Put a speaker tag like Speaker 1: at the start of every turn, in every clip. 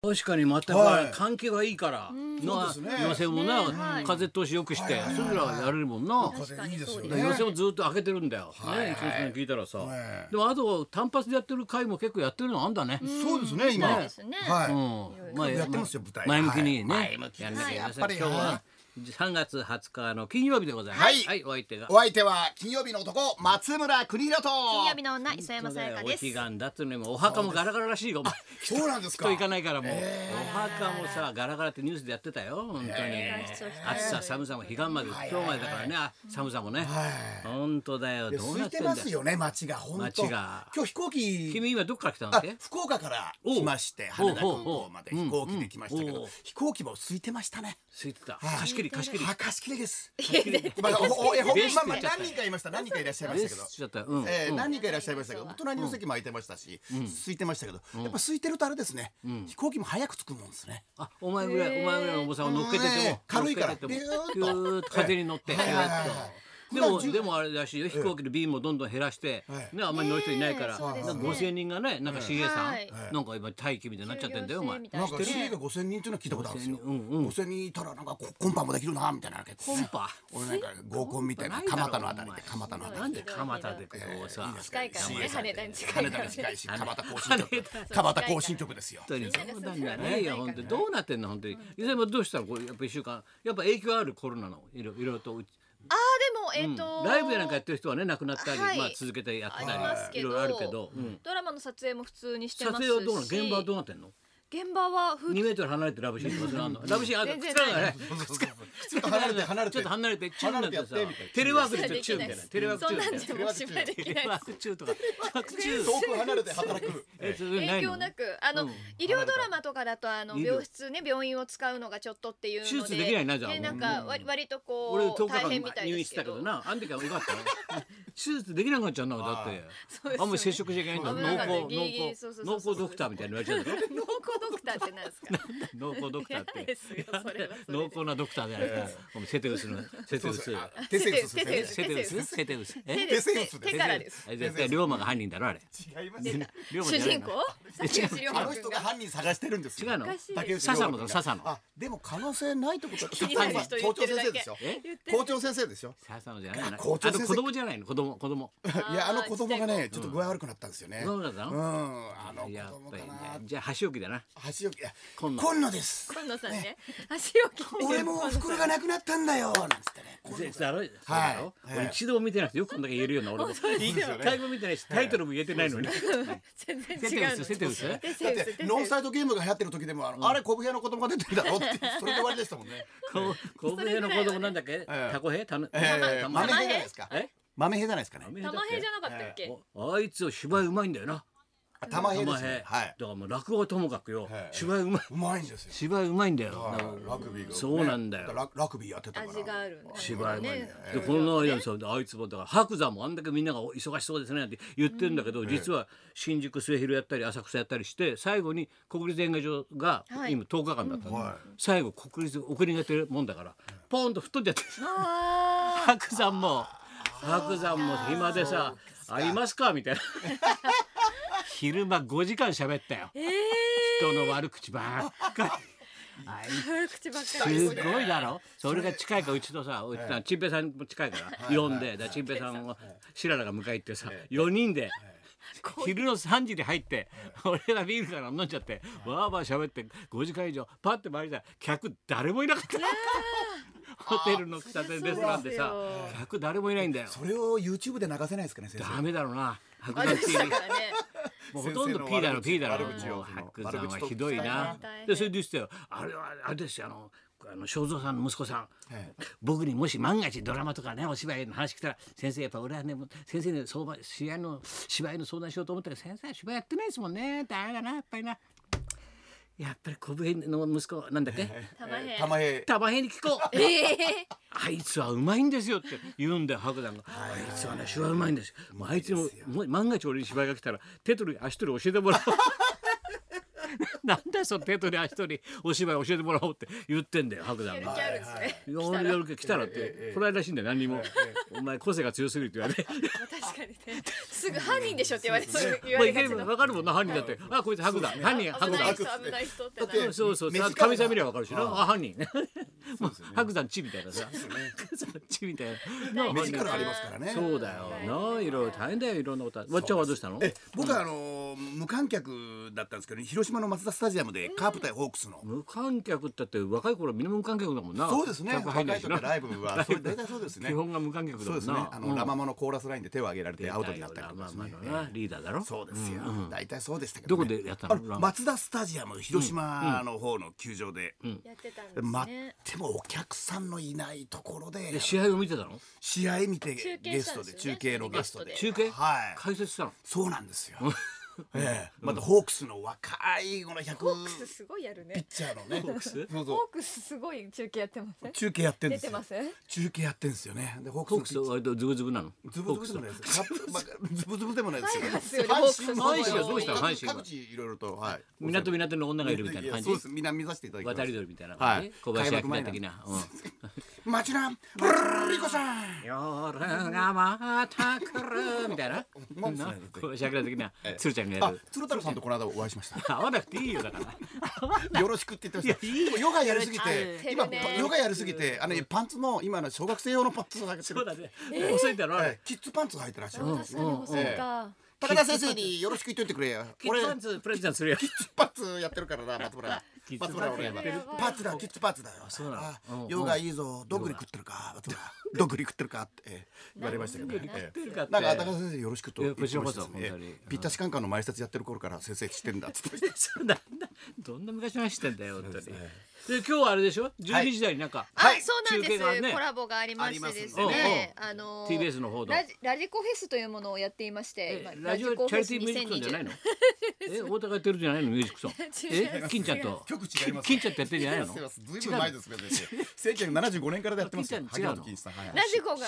Speaker 1: 確かに全く、
Speaker 2: はい
Speaker 1: 換気がいいから、な
Speaker 2: そうですね
Speaker 1: 寄せもな、風通しよくして、それらやれるもんな。
Speaker 2: 風邪いいですよ
Speaker 1: だか
Speaker 2: ね
Speaker 1: ら寄せをずっと開けてるんだよ。ね、一日の聞いたらさ、
Speaker 2: はい
Speaker 1: でもあと単発でやってる回も結構やってるのあんだね。
Speaker 2: そうですね今
Speaker 3: そうですね
Speaker 2: はい、
Speaker 1: うん、まあ
Speaker 2: やってますよ舞台
Speaker 1: 前向きにね、
Speaker 2: はい前向き
Speaker 1: や
Speaker 2: で
Speaker 1: んな
Speaker 2: す
Speaker 1: きゃいけま
Speaker 2: やっ
Speaker 1: せん
Speaker 2: ぱり
Speaker 1: 今日は3月20日の金曜日でございます。
Speaker 2: はい
Speaker 1: はい、お相手が
Speaker 2: お。相手は金曜日の男松村邦弘と
Speaker 3: 金曜日の女磯山さやか
Speaker 1: お
Speaker 3: で
Speaker 1: 彼
Speaker 3: す。
Speaker 1: 岸だっていうのにもお墓もガラガラらしいよ。
Speaker 2: そうなんですか
Speaker 1: 人行かないからもう、お墓もさガラガラってニュースでやってたよ本当に、暑さ寒さも彼岸まで、今日までだからね、あ寒さもね、本当だよ
Speaker 2: いや
Speaker 1: どう
Speaker 2: 空
Speaker 1: なっ
Speaker 2: い
Speaker 1: て
Speaker 2: て
Speaker 1: んだ
Speaker 2: ますよね街が本当
Speaker 1: 街が
Speaker 2: 今日飛行機
Speaker 1: 君今どっから来たんだ
Speaker 2: あ
Speaker 1: っけ
Speaker 2: 福岡から
Speaker 1: おう
Speaker 2: 来まして羽田空港まで
Speaker 1: おうおうおう
Speaker 2: 飛行機で来ましたけ
Speaker 1: うんう
Speaker 2: ど
Speaker 1: ん
Speaker 2: 飛行機も空いてましたね
Speaker 1: 空いてた貸し切り貸し切り
Speaker 2: はかしき りです
Speaker 1: 貸し切り
Speaker 2: まあおおえほん
Speaker 1: ベース
Speaker 2: まあまあ
Speaker 1: って言っちゃった
Speaker 2: 何人かいました何人かいらっしゃいましたけど
Speaker 1: しちゃったうん、
Speaker 2: えー
Speaker 1: うん
Speaker 2: 何人かいらっしゃいましたけど、隣の席も空いてましたし、空いてましたけど、やっぱ空いてるとあれですね、飛行機も早く着くもんですね。
Speaker 1: あお前ぐらいお前ぐらいのお坊さんを乗っけてて
Speaker 2: う
Speaker 1: も
Speaker 2: ん軽いから
Speaker 1: 乗っけてても
Speaker 2: ビ
Speaker 1: ぎ
Speaker 2: ューッと
Speaker 1: ゅーっと風に乗ってぎゅ
Speaker 2: はいはいは
Speaker 1: ーっ
Speaker 2: い
Speaker 1: と。で
Speaker 2: 普
Speaker 1: も
Speaker 2: 段十
Speaker 1: でもあれだし飛行機の便もどんどん減らして、
Speaker 2: はい
Speaker 1: ねあんまり乗る人いないから、
Speaker 3: ねえそうですね
Speaker 1: 5,000人がねなんか CA さん、
Speaker 3: はい
Speaker 1: なんか今待機みたいになっちゃってんだよお前
Speaker 3: 休業制み。たい
Speaker 2: なんか
Speaker 3: 知ってる
Speaker 2: CA が5000人っていうのは聞いたことあるんですよ。
Speaker 1: 5000人うんうん
Speaker 2: 5000人いたらなんかココンパもできるなみたいな結構
Speaker 1: コンパ
Speaker 2: 俺なんか合コンみたいな蒲田のあたりで蒲田のあた
Speaker 1: なん
Speaker 2: り
Speaker 1: で
Speaker 2: で。
Speaker 1: 蒲田でこうさ、
Speaker 3: 近いからね
Speaker 2: CA さんで
Speaker 3: 羽田に近い
Speaker 2: 羽田に近いし蒲田行進局蒲田行進局ですよ。
Speaker 1: 本当にそうなんだねいや本当にどうなってんの本当に伊沢もどうしたのこれやっぱ一週間やっぱ影響あるコロナのいろいろとうち
Speaker 3: ああでもえっ、と、
Speaker 1: ライブでなんかやってる人はね亡くなったり、
Speaker 3: はい
Speaker 1: まあ続けてやった
Speaker 3: あります
Speaker 1: り
Speaker 3: け
Speaker 1: い
Speaker 3: ど
Speaker 1: ろいろあるけど、うん
Speaker 3: ドラマの撮影も普通にして
Speaker 1: 撮
Speaker 3: ますし。
Speaker 1: 影はどうなの現場はどうなってんの？
Speaker 3: 現場は普
Speaker 1: 2メートル離れてラブシーンとかそれあんのラブシーンあとくっつかないからね
Speaker 2: ちょっと離れて離れ
Speaker 1: ちょってと。離れてチューになってさ
Speaker 2: 離れてやってみたいな
Speaker 1: テレワーク
Speaker 3: 通
Speaker 1: で
Speaker 3: は
Speaker 1: ちょっとチューみ
Speaker 3: できな
Speaker 1: た
Speaker 3: い
Speaker 1: いなテレワーク
Speaker 3: そ
Speaker 1: チューみ
Speaker 3: ん
Speaker 1: たい
Speaker 3: なん
Speaker 1: な
Speaker 3: じゃもう芝居でき
Speaker 1: テ
Speaker 3: な
Speaker 1: レ
Speaker 3: い。
Speaker 1: ワークチューとかチュー
Speaker 2: 遠く離れて働く。
Speaker 1: えそれない
Speaker 3: 影
Speaker 1: の
Speaker 3: 響なくあの、
Speaker 1: うん
Speaker 3: 医療ドラマとかだとあの
Speaker 1: 医療
Speaker 3: 病室ね病院を使うのがちょっとっていうので
Speaker 1: 手術できないなじゃあ
Speaker 3: ねなん
Speaker 1: う
Speaker 3: か
Speaker 1: ん
Speaker 3: 割割と
Speaker 1: 俺
Speaker 3: こう
Speaker 1: 10
Speaker 3: 大変
Speaker 1: 日
Speaker 3: み
Speaker 1: 間
Speaker 3: たい
Speaker 1: 入
Speaker 3: で
Speaker 1: 院
Speaker 3: す
Speaker 1: して
Speaker 3: け
Speaker 1: たけ
Speaker 3: ど
Speaker 1: ど なあの時はよかったよ 手術できなくなっちゃうなだって
Speaker 3: そう
Speaker 1: あ
Speaker 3: ですよ
Speaker 1: んまり接触しちゃいけないんだ
Speaker 3: 危
Speaker 1: 濃
Speaker 3: なか
Speaker 1: 厚濃
Speaker 3: った
Speaker 1: 厚
Speaker 3: ギリギリそうそう
Speaker 1: 濃
Speaker 3: そうそう
Speaker 1: 厚ドクターみたいに言われちゃう
Speaker 3: 濃厚ドクターってなんですか
Speaker 1: の濃厚ドクターっ
Speaker 3: 嫌
Speaker 1: て
Speaker 3: ですよそれはそれ
Speaker 1: 濃
Speaker 3: で
Speaker 1: 厚なドクターじゃないかお前セテウスのセテウス
Speaker 2: あテセウス
Speaker 3: テ
Speaker 2: です
Speaker 3: セ
Speaker 1: セテウスセテウスえ
Speaker 3: 手です
Speaker 2: 手
Speaker 3: 手
Speaker 2: 術です
Speaker 3: 手からです
Speaker 1: あれ絶対龍馬が犯人だろあれ
Speaker 2: 違いますね。
Speaker 1: 龍馬じ
Speaker 3: 主
Speaker 1: ゃないの
Speaker 2: あ
Speaker 3: 人公竹内涼真
Speaker 2: の人
Speaker 3: 君
Speaker 2: が
Speaker 3: が
Speaker 2: 犯人探してるんですよ。
Speaker 1: 違うの
Speaker 3: おかしい
Speaker 2: 竹
Speaker 3: で
Speaker 2: 内
Speaker 3: す
Speaker 2: 涼
Speaker 1: 笹野
Speaker 2: 真
Speaker 1: だ笹野
Speaker 2: あでも可能性ないとことは
Speaker 3: 気になる人言ってるだけ
Speaker 2: 校長先生でしょ
Speaker 1: え
Speaker 2: 校長先生でしょ
Speaker 1: 笹野じゃないなあ
Speaker 2: 校長
Speaker 1: の
Speaker 2: 先生
Speaker 1: 子供じゃないの子供子供
Speaker 2: いやあの子供が
Speaker 3: ちっちゃ
Speaker 2: ねちょっと具合悪くなったんですよね
Speaker 1: 具合悪くなった
Speaker 2: うんあの子
Speaker 1: やっ
Speaker 2: 供
Speaker 1: ぱ
Speaker 2: か
Speaker 1: りね
Speaker 2: な
Speaker 1: じゃあ橋置きだな
Speaker 2: 箸置きいや
Speaker 1: 今野
Speaker 2: 今野です
Speaker 3: 今野さんね足を切って
Speaker 2: 俺もう袋がなくなったんだよなんつってね今
Speaker 1: ぜだろそう
Speaker 2: はい
Speaker 1: だろ
Speaker 2: はい
Speaker 1: 俺一度も見てなくてよくこんだけ言えるような 俺も一回も見てないしタイトルも言えてないのに
Speaker 3: 全然
Speaker 1: セテ
Speaker 3: 違
Speaker 1: ウ
Speaker 3: うの
Speaker 1: スセテウス
Speaker 3: テウス
Speaker 2: 野だってノンサイドゲームが流行ってる時でもあのあれ小部屋の子供が出てるだろってそれで終わりでしたも んね
Speaker 1: こうこう平の子供なんだっけ
Speaker 2: ええ
Speaker 1: タコヘタの
Speaker 2: えー
Speaker 1: タマ
Speaker 2: 豆
Speaker 1: ヘ
Speaker 2: 兵じゃないですか
Speaker 1: え
Speaker 2: 豆兵じゃないですかね
Speaker 1: 豆兵だっ
Speaker 3: 玉平
Speaker 1: け
Speaker 3: じゃなかったっけ
Speaker 1: おあいつは芝居うまいんだよな
Speaker 2: あ玉兵で
Speaker 1: 玉
Speaker 2: すね
Speaker 1: 平
Speaker 2: はい
Speaker 1: だからもう落語はともかくよ
Speaker 2: ええ
Speaker 1: 芝居うまいう
Speaker 2: まいんですよ
Speaker 1: 芝居うまいんだよ
Speaker 2: はい
Speaker 1: だから
Speaker 2: ラグビーがね
Speaker 1: そうなんだよ
Speaker 2: ララグビーやってたから
Speaker 3: 味があるんだ
Speaker 1: 芝居もね
Speaker 3: ね
Speaker 1: でこの間にさあいつもだから白山もあんだけみんながお忙しそうですねって言ってるんだけど、実は新宿末広やったり浅草やったりして最後に国立演芸場が
Speaker 3: はい
Speaker 1: 今10日間だったの、
Speaker 2: はい
Speaker 1: 最後国立送りがてるもんだからポーンと吹っ飛んじゃって
Speaker 3: あ
Speaker 1: 白山も白山も暇でさ「ありますか?」みたいな 昼間5時間喋ったよ
Speaker 3: ーえー
Speaker 1: 人の悪口ばっかり。あい
Speaker 3: 悪口ばっかり
Speaker 1: すごいだろそれが近いからうちとさうちのちんぺいさんも近いから呼んでだちんぺいさんを白良が迎え行ってさ4人で 昼の3時に入って俺がビールから飲んじゃってわーわー喋って5時間以上パッて回りたら客誰もいなかった ホテルの喫茶店レストランでさ
Speaker 3: そうです
Speaker 1: 客誰もいないんだよ
Speaker 2: それを YouTube で流せないですかね先生
Speaker 1: ダメだろうな白
Speaker 3: 悪
Speaker 1: 山
Speaker 3: 口
Speaker 1: TV
Speaker 3: だからね
Speaker 1: もうほとんど P だろ P だろ
Speaker 2: 悪口を
Speaker 1: もう白山はひどい
Speaker 3: 悪
Speaker 1: な
Speaker 3: 口と大変
Speaker 1: でそれで言ってたよあれはあれですよあのあの正蔵さんの息子さん
Speaker 2: ええ
Speaker 1: 僕にもし万が一ドラマとかねお芝居の話来たら先生やっぱ俺はねもう先生に相談試合の芝居の相談しようと思ったら先生は芝居やってないですもんねってあれだなやっぱりなやっぱり小平の息子なんだっけ
Speaker 3: 玉平
Speaker 2: 玉兵
Speaker 1: 玉平に聞こう
Speaker 3: えー
Speaker 1: あいつはうまいんですよって言うんだよ白山が。あいつはね芝居うまいんですよ。 もうあいつももう万が一俺に芝居が来たら手取り足取り教えてもらおう。なんだよその手取り足取りお芝居教えてもらおうって言ってんだよ白山
Speaker 3: やる
Speaker 1: が
Speaker 3: 気。あるんですね。
Speaker 1: 夜夜来たらっ
Speaker 2: えええ
Speaker 1: て
Speaker 2: え
Speaker 1: この間らしいんだよ何にもお前個性が強すぎるって言われて
Speaker 3: まあ確かにね。すぐ犯人でしょって言われそう言
Speaker 1: ま
Speaker 3: わ
Speaker 1: あ
Speaker 3: れ
Speaker 1: い
Speaker 3: が
Speaker 1: け
Speaker 3: ち
Speaker 1: れば
Speaker 3: の。
Speaker 1: わかるもんな犯人だってあこいつハグだ犯人ハ
Speaker 3: 危
Speaker 1: グ
Speaker 3: な
Speaker 1: だ
Speaker 3: い人危ない人ってな
Speaker 2: だっ
Speaker 3: る
Speaker 2: て。
Speaker 1: そうそう
Speaker 2: 飯
Speaker 1: そう
Speaker 2: から
Speaker 1: 神さん見りゃわかるしなあ犯人ねもう白山地みたいなさ 地みたいなの
Speaker 2: 目
Speaker 1: 犯人
Speaker 2: 力ありますからね。
Speaker 1: そうだよなあいろいろ大変だよいろんなことあるわっちゃんはどうしたの
Speaker 2: え僕はあのー無観客だったんですけど広島のマツダスタジアムでカープ対ホークスの、
Speaker 1: 無観客だって若い頃みんな無観客だもんな
Speaker 2: そうですね
Speaker 1: 客
Speaker 2: 若
Speaker 1: 入
Speaker 2: い
Speaker 1: んない
Speaker 2: 時
Speaker 1: し
Speaker 2: の
Speaker 1: な
Speaker 2: ライブはそれ大体そうです ね
Speaker 1: 基本が無観客だ
Speaker 2: そう
Speaker 1: も
Speaker 2: です
Speaker 1: ん
Speaker 2: ね
Speaker 1: な
Speaker 2: あの、ラママのコーラスラインで手を挙げられてアウトになったり
Speaker 1: ラ
Speaker 2: とか
Speaker 1: マ
Speaker 2: ですね
Speaker 1: マのなリーダーだろ
Speaker 2: そうですよ、大体そうでしたけ
Speaker 1: ど
Speaker 2: ど、
Speaker 1: こ
Speaker 2: ね、
Speaker 1: でやった
Speaker 2: あ
Speaker 1: の
Speaker 2: の
Speaker 1: ラマ
Speaker 2: マツダスタジアム広島の方の球場で、
Speaker 3: やってたん
Speaker 2: で
Speaker 3: です
Speaker 2: 待
Speaker 3: ね。
Speaker 2: ってもお客さんのいないところで
Speaker 1: で試合を見てたの
Speaker 2: 試合見て
Speaker 3: 中継
Speaker 2: ゲ
Speaker 3: し
Speaker 2: ス
Speaker 3: た
Speaker 2: ト
Speaker 3: んです
Speaker 2: で
Speaker 3: よね
Speaker 2: 中継のゲストで
Speaker 3: ゲス
Speaker 1: 中継
Speaker 2: はい
Speaker 1: 解説したの
Speaker 2: そうなんですよ、ええ、またホークスの若いこの100
Speaker 3: ホークスすごいやる
Speaker 2: ピッ
Speaker 3: ね。
Speaker 2: チャーのね
Speaker 1: ホークス
Speaker 2: そう
Speaker 3: ホ
Speaker 2: そ
Speaker 3: ークスすごい中継やってません
Speaker 2: う。中継やってん
Speaker 3: 出
Speaker 2: です
Speaker 3: て
Speaker 2: よ
Speaker 3: ません。
Speaker 2: 中継やってんですよねで
Speaker 1: ホ
Speaker 2: ホ
Speaker 1: ー
Speaker 2: ー
Speaker 1: ク
Speaker 2: ク
Speaker 1: ス
Speaker 2: ス
Speaker 1: と
Speaker 2: の
Speaker 1: 割とズブズブなの
Speaker 2: ズブズブでもないですかまあズブズブでもないですよ
Speaker 3: タイガースより
Speaker 2: 阪神
Speaker 3: ホーク
Speaker 1: の
Speaker 3: ス
Speaker 1: 方が多い
Speaker 2: 各
Speaker 1: 阪
Speaker 2: 地
Speaker 1: 神は
Speaker 2: 各地いろいろとはい
Speaker 1: 港港の女がいるみたいな感
Speaker 2: や
Speaker 1: じ
Speaker 2: そうです南目指していただきます
Speaker 1: 渡り鳥みたいな感じ
Speaker 2: はい
Speaker 1: 小林
Speaker 2: 開幕
Speaker 1: 明
Speaker 2: 前
Speaker 1: 的なうん
Speaker 2: 町なリコさん
Speaker 1: 夜がまた来るみたいな
Speaker 2: もう
Speaker 1: な
Speaker 2: そうですね
Speaker 1: 小林明的な鶴ちゃんがや
Speaker 2: あ
Speaker 1: る
Speaker 2: 鶴太郎さんとこの間お会いしまし
Speaker 1: 会わなくていいよだから
Speaker 2: た よろしくって言ってましたもうヨガやりすぎて今
Speaker 3: やってるね
Speaker 2: ヨガやりすぎてあのパンツも今の小学生用のパンツを履いて
Speaker 1: そう
Speaker 2: る
Speaker 1: だね遅いだろあ
Speaker 2: は
Speaker 1: れ
Speaker 2: いキッズパンツ履いてらっしゃる
Speaker 3: 確かにもうそうか。
Speaker 2: 高田先生によろしく言っといてくれよ
Speaker 1: キッズパンツプレゼントするよ
Speaker 2: キッズパンツやってるからな松村
Speaker 1: キッズ
Speaker 2: 松
Speaker 1: パ
Speaker 2: 村
Speaker 1: ンツや
Speaker 2: 俺
Speaker 1: って
Speaker 3: る
Speaker 2: パンツだキッズパンツだよ
Speaker 1: そうなの
Speaker 2: あ
Speaker 1: うん
Speaker 2: ヨガいいぞどんぐり食ってるか松村どんぐり食ってるかってえー言われましたけどねえ
Speaker 1: てるかっ
Speaker 2: ー
Speaker 1: て
Speaker 2: なんか高田先生よろしくと
Speaker 1: い
Speaker 2: 言
Speaker 1: や
Speaker 2: ってました
Speaker 1: こちらこそ
Speaker 2: ね
Speaker 1: 本当に
Speaker 2: えーぴったしカンカンの前説やってる頃から先生知ってんだっつってました
Speaker 1: そうなんだどんな昔の話してんだよ本当にで今日はあれでしょ12時台になんか
Speaker 3: あ、
Speaker 2: はい
Speaker 3: そうなんで
Speaker 1: 中継が
Speaker 3: す、
Speaker 1: ね
Speaker 3: コラボがありましてです
Speaker 1: ありますんで
Speaker 3: ね。あのー
Speaker 1: TBS の方の
Speaker 3: ラジラジコフェスというものをやっていまして、
Speaker 1: え
Speaker 3: 今
Speaker 1: ラジオチャリティーミュージックソンじゃないのえ大高やってるじゃないのミュージックソン
Speaker 3: 違い
Speaker 1: え
Speaker 3: ます
Speaker 1: 金ちゃんと
Speaker 2: 局違います
Speaker 1: 金ちゃんとやってんじゃないの
Speaker 2: すいませんずいぶん前ですけどね1975年からやってますよ
Speaker 1: 金ち
Speaker 2: 萩
Speaker 1: ゃん違うの
Speaker 2: 本欽一さんはい
Speaker 3: ラジコが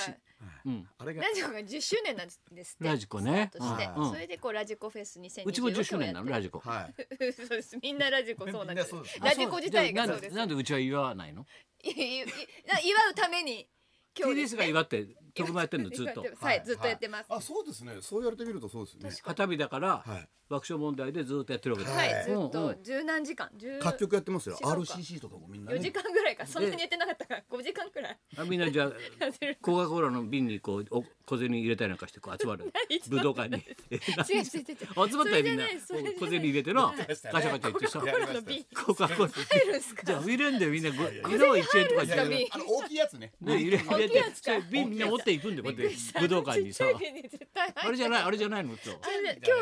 Speaker 2: あれが
Speaker 3: ラジコが10周年なんですって。
Speaker 1: ラジコね
Speaker 3: スタートして
Speaker 1: うん
Speaker 3: それでこうラジコフェス2020
Speaker 1: うちも10周年なのラジコ
Speaker 2: はい
Speaker 3: コ。そうです。みんなラジコそうなんです
Speaker 2: みんなそうで。す
Speaker 1: あ
Speaker 3: ラジコ自体が
Speaker 1: じゃ
Speaker 3: そ
Speaker 1: あ
Speaker 3: うです。
Speaker 1: なんでなんでうちは祝わないの
Speaker 3: いいいいな祝うために
Speaker 1: TBS が
Speaker 3: ね
Speaker 1: 祝って特番やってんのずっ
Speaker 3: 祝
Speaker 1: と
Speaker 3: ってますはい、ずっとやってます。
Speaker 2: あそうですねそう言われてみるとそうですよね
Speaker 1: 片日だから
Speaker 2: はい
Speaker 1: 爆笑問題でずっとやってるわけだ
Speaker 3: はい、ず
Speaker 1: うん
Speaker 3: っ
Speaker 1: う
Speaker 3: と
Speaker 1: ん
Speaker 3: 十何時間、十
Speaker 2: 各局やってますよ
Speaker 3: 静岡
Speaker 2: RCC とかもみんな
Speaker 3: 4時
Speaker 2: ね
Speaker 3: 間ぐらいか、そんなにやってなかったから、5時間くらい
Speaker 1: あみんなじゃあ
Speaker 3: やってる。
Speaker 1: コカ・コーラの瓶にこうお小銭入れたりなんかしてこう集まる武道館にえなん
Speaker 3: 違う違う違う違う。
Speaker 1: 集まったよみんな
Speaker 3: それじゃいそれじゃい
Speaker 1: 小銭入れて の
Speaker 2: ましたね
Speaker 1: ガチャガチャ言ってさ
Speaker 2: コカコーラの
Speaker 3: 瓶
Speaker 1: コカ・コーラ
Speaker 3: 入るんすか
Speaker 1: じゃあ入れんだよみんなご色は1円とか
Speaker 3: 入るんですか
Speaker 2: あの大きいやつね
Speaker 1: ね入れ入れ
Speaker 3: 大きい
Speaker 1: て
Speaker 3: やつか
Speaker 1: 瓶みんな持っていくんだよこうやって武道館にさ
Speaker 3: ちっちゃい瓶に絶対入
Speaker 1: あれじゃ
Speaker 3: ない
Speaker 1: ないあれじゃないのと
Speaker 3: 今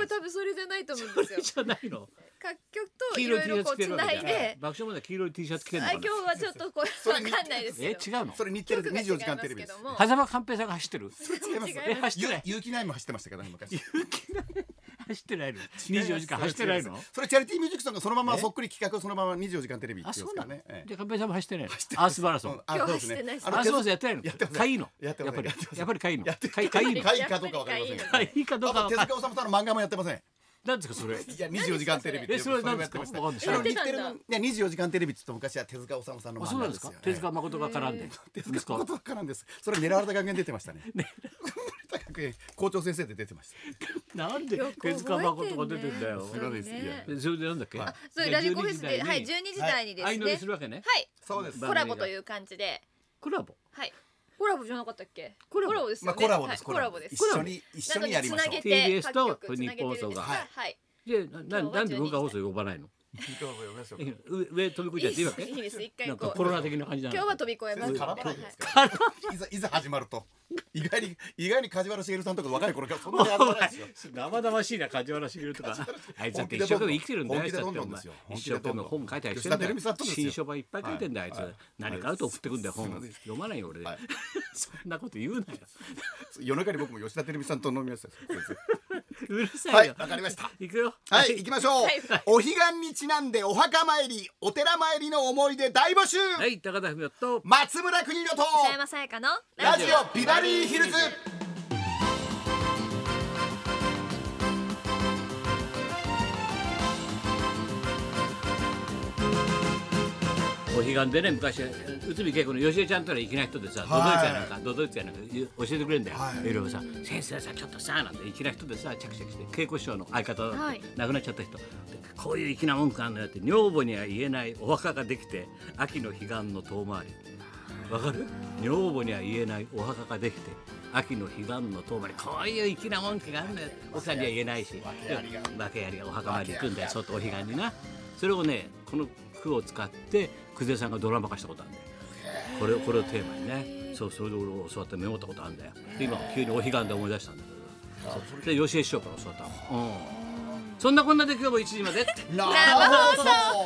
Speaker 3: 日多分それじゃないと思うんですよ
Speaker 1: じゃないの
Speaker 3: 各局と
Speaker 1: 黄
Speaker 3: い
Speaker 1: 色い
Speaker 3: ろ
Speaker 1: T
Speaker 3: い
Speaker 1: シ
Speaker 3: ろ
Speaker 1: ャツ着
Speaker 3: こう
Speaker 1: てるわけじゃ
Speaker 3: 繋い
Speaker 1: ん
Speaker 3: で
Speaker 1: 爆笑問題黄色い T シャツ着てるの
Speaker 3: あ
Speaker 1: か
Speaker 3: 今
Speaker 1: な
Speaker 3: 日はちょっとこれわかんないです
Speaker 1: え
Speaker 3: よ
Speaker 1: 違うの
Speaker 2: それ日テレで
Speaker 3: 局
Speaker 2: 24時
Speaker 3: が違い
Speaker 2: 間
Speaker 3: ます
Speaker 2: テレビです
Speaker 3: けども
Speaker 1: 狭間寛平さんが走ってる
Speaker 2: 違います
Speaker 3: 違い
Speaker 1: え
Speaker 3: ます
Speaker 1: 走ってない
Speaker 2: 有機ナイム走ってましたからね昔
Speaker 1: 走って ないの24時間走ってないの
Speaker 2: それチャリティーミュージックさんがそのままそっくり企画をそのまま24時間テレビって
Speaker 1: あ
Speaker 2: 言
Speaker 1: そ
Speaker 2: うん
Speaker 1: う
Speaker 2: で
Speaker 1: な
Speaker 2: す
Speaker 1: の
Speaker 2: からねえ
Speaker 1: じゃあ寛平さんも走ってないの
Speaker 2: え走って
Speaker 1: アースマラソ
Speaker 2: そ
Speaker 1: ン
Speaker 2: うあ
Speaker 3: 今日
Speaker 2: そうですね
Speaker 3: 走ってないです
Speaker 2: あ
Speaker 1: ア
Speaker 2: の
Speaker 1: ースマラソンやってないの
Speaker 2: やってません
Speaker 1: かいいの
Speaker 2: やってません
Speaker 1: やっぱ
Speaker 2: やってませ
Speaker 1: りや
Speaker 2: ん
Speaker 1: っぱりかいいの
Speaker 2: やって
Speaker 1: かいかいいの
Speaker 2: かいかどうかわかりませんけど
Speaker 3: か
Speaker 1: いいかどう
Speaker 2: あ
Speaker 1: か
Speaker 2: と手
Speaker 1: わかん
Speaker 2: 塚治虫さんの漫画もやってません
Speaker 1: なんですかそれ
Speaker 2: いや24時間テレビって
Speaker 1: えそれは何
Speaker 2: も
Speaker 1: ですか
Speaker 2: やって
Speaker 1: わか
Speaker 2: ま
Speaker 1: んな
Speaker 2: し
Speaker 1: い
Speaker 2: たあの
Speaker 3: やって
Speaker 2: 日
Speaker 3: たんだ
Speaker 2: テレのね24時間テレビって言うと昔は手塚治虫さんの
Speaker 1: あ
Speaker 2: 漫
Speaker 1: そうな
Speaker 2: 画
Speaker 1: ん
Speaker 2: で
Speaker 1: です
Speaker 2: す
Speaker 1: か
Speaker 2: よね
Speaker 1: 手塚誠が絡んで
Speaker 2: 手
Speaker 1: です
Speaker 2: 塚
Speaker 1: か
Speaker 2: 誠が絡んですそれ狙われた学園出てましたね高く校長先生で出てました
Speaker 1: なんで
Speaker 3: よく覚
Speaker 1: 手
Speaker 3: えてんね
Speaker 1: 塚誠が出てんだよ
Speaker 2: すごいですいや
Speaker 1: でそれでなんだっけ
Speaker 2: あ
Speaker 3: そういうラジコフェスで、はい、12時台にです
Speaker 1: 相乗りす
Speaker 3: ね
Speaker 1: るわけね
Speaker 3: はい
Speaker 2: そうです
Speaker 1: 番組が
Speaker 3: コラボという感じで
Speaker 1: コラボ
Speaker 3: はいコラボじゃなかったっけコラボです
Speaker 2: ま
Speaker 3: よ
Speaker 2: あ
Speaker 3: ね
Speaker 2: コラボです、
Speaker 3: はいコラボです
Speaker 2: 一緒に一緒にやりましょう
Speaker 3: なのにつなげ
Speaker 1: TBS
Speaker 3: て
Speaker 1: と
Speaker 3: 各局つなげてるんです
Speaker 1: 日本放送が
Speaker 2: はい
Speaker 3: はい
Speaker 1: でなな
Speaker 3: 今日は
Speaker 1: なんで
Speaker 4: 12
Speaker 1: 文化放送呼ばないの
Speaker 2: コラボやりましょう
Speaker 1: いいの上上飛び越えちゃっていいわけ
Speaker 3: いいです一回
Speaker 1: なんか
Speaker 3: こう
Speaker 1: コロナ的な感じなの
Speaker 3: 今日は飛び越えます
Speaker 2: 全
Speaker 3: ね
Speaker 2: 然
Speaker 3: は
Speaker 2: 絡まないですからいざいざ始まると意外に意外に梶原茂さんとか若い頃からそんなに始まらないですよ
Speaker 1: 生々しいな梶原茂とかあいつだって一
Speaker 2: 本
Speaker 1: 生
Speaker 2: 気でど
Speaker 1: 懸命生
Speaker 2: んどん
Speaker 1: きてるんだよあいつだってお
Speaker 2: 本気でどんどん
Speaker 1: 前一生懸命本
Speaker 2: ですよ
Speaker 1: 書いたりして
Speaker 2: 吉田照美さんとですよ
Speaker 1: 新書版いっぱい書いてんだよあいつ
Speaker 2: はい
Speaker 1: 何かあると送ってくんだよ本
Speaker 2: はいすいません
Speaker 1: 読まないよ俺
Speaker 2: はい
Speaker 1: そんなこと言うな よ
Speaker 2: 夜中に僕も吉田照美さんと飲みました
Speaker 1: うるさ
Speaker 2: はいい
Speaker 1: よ
Speaker 2: わかりました
Speaker 1: 行くよ
Speaker 2: はい行きましょう、
Speaker 3: はい
Speaker 2: お彼岸にちなんでお墓参りお寺参りの思い出大募集、
Speaker 1: はい高田文夫と
Speaker 2: 松村邦洋と
Speaker 3: 北山さやかの
Speaker 2: ラジオビバリーヒルズ
Speaker 1: お彼岸でね昔内海恵子の芳恵ちゃんとら粋な人でさ、
Speaker 2: はい
Speaker 1: ドドイツやなんかドドイツやなんか言う教えてくれるんだよ、
Speaker 2: はい
Speaker 1: いろいろさ「先生さちょっとさ」なんて粋な人でさチャキチャキして恵子師匠の相方だって、
Speaker 3: はい
Speaker 1: 亡くなっちゃった人でこういう粋な文句あんのよって女房には言えないお墓ができて秋の彼岸の遠回りわかる女房には言えないお墓ができて秋の彼岸の遠回りこういう粋な文句があるんだよ奥さんには言えないし
Speaker 2: けありが
Speaker 1: 訳ありがお墓参り行くんだよ外お彼岸になそれをねこの句を使って久世さんがドラマ化したことあるんだよこれをこれをテーマにねそうそれで俺を教わってメモったことあるんだよで今急にお彼岸で思い出したんだけどそうそれで吉江師匠から教わったの、うん、そんなこんなで今日も1時まで
Speaker 2: 生
Speaker 3: 生放送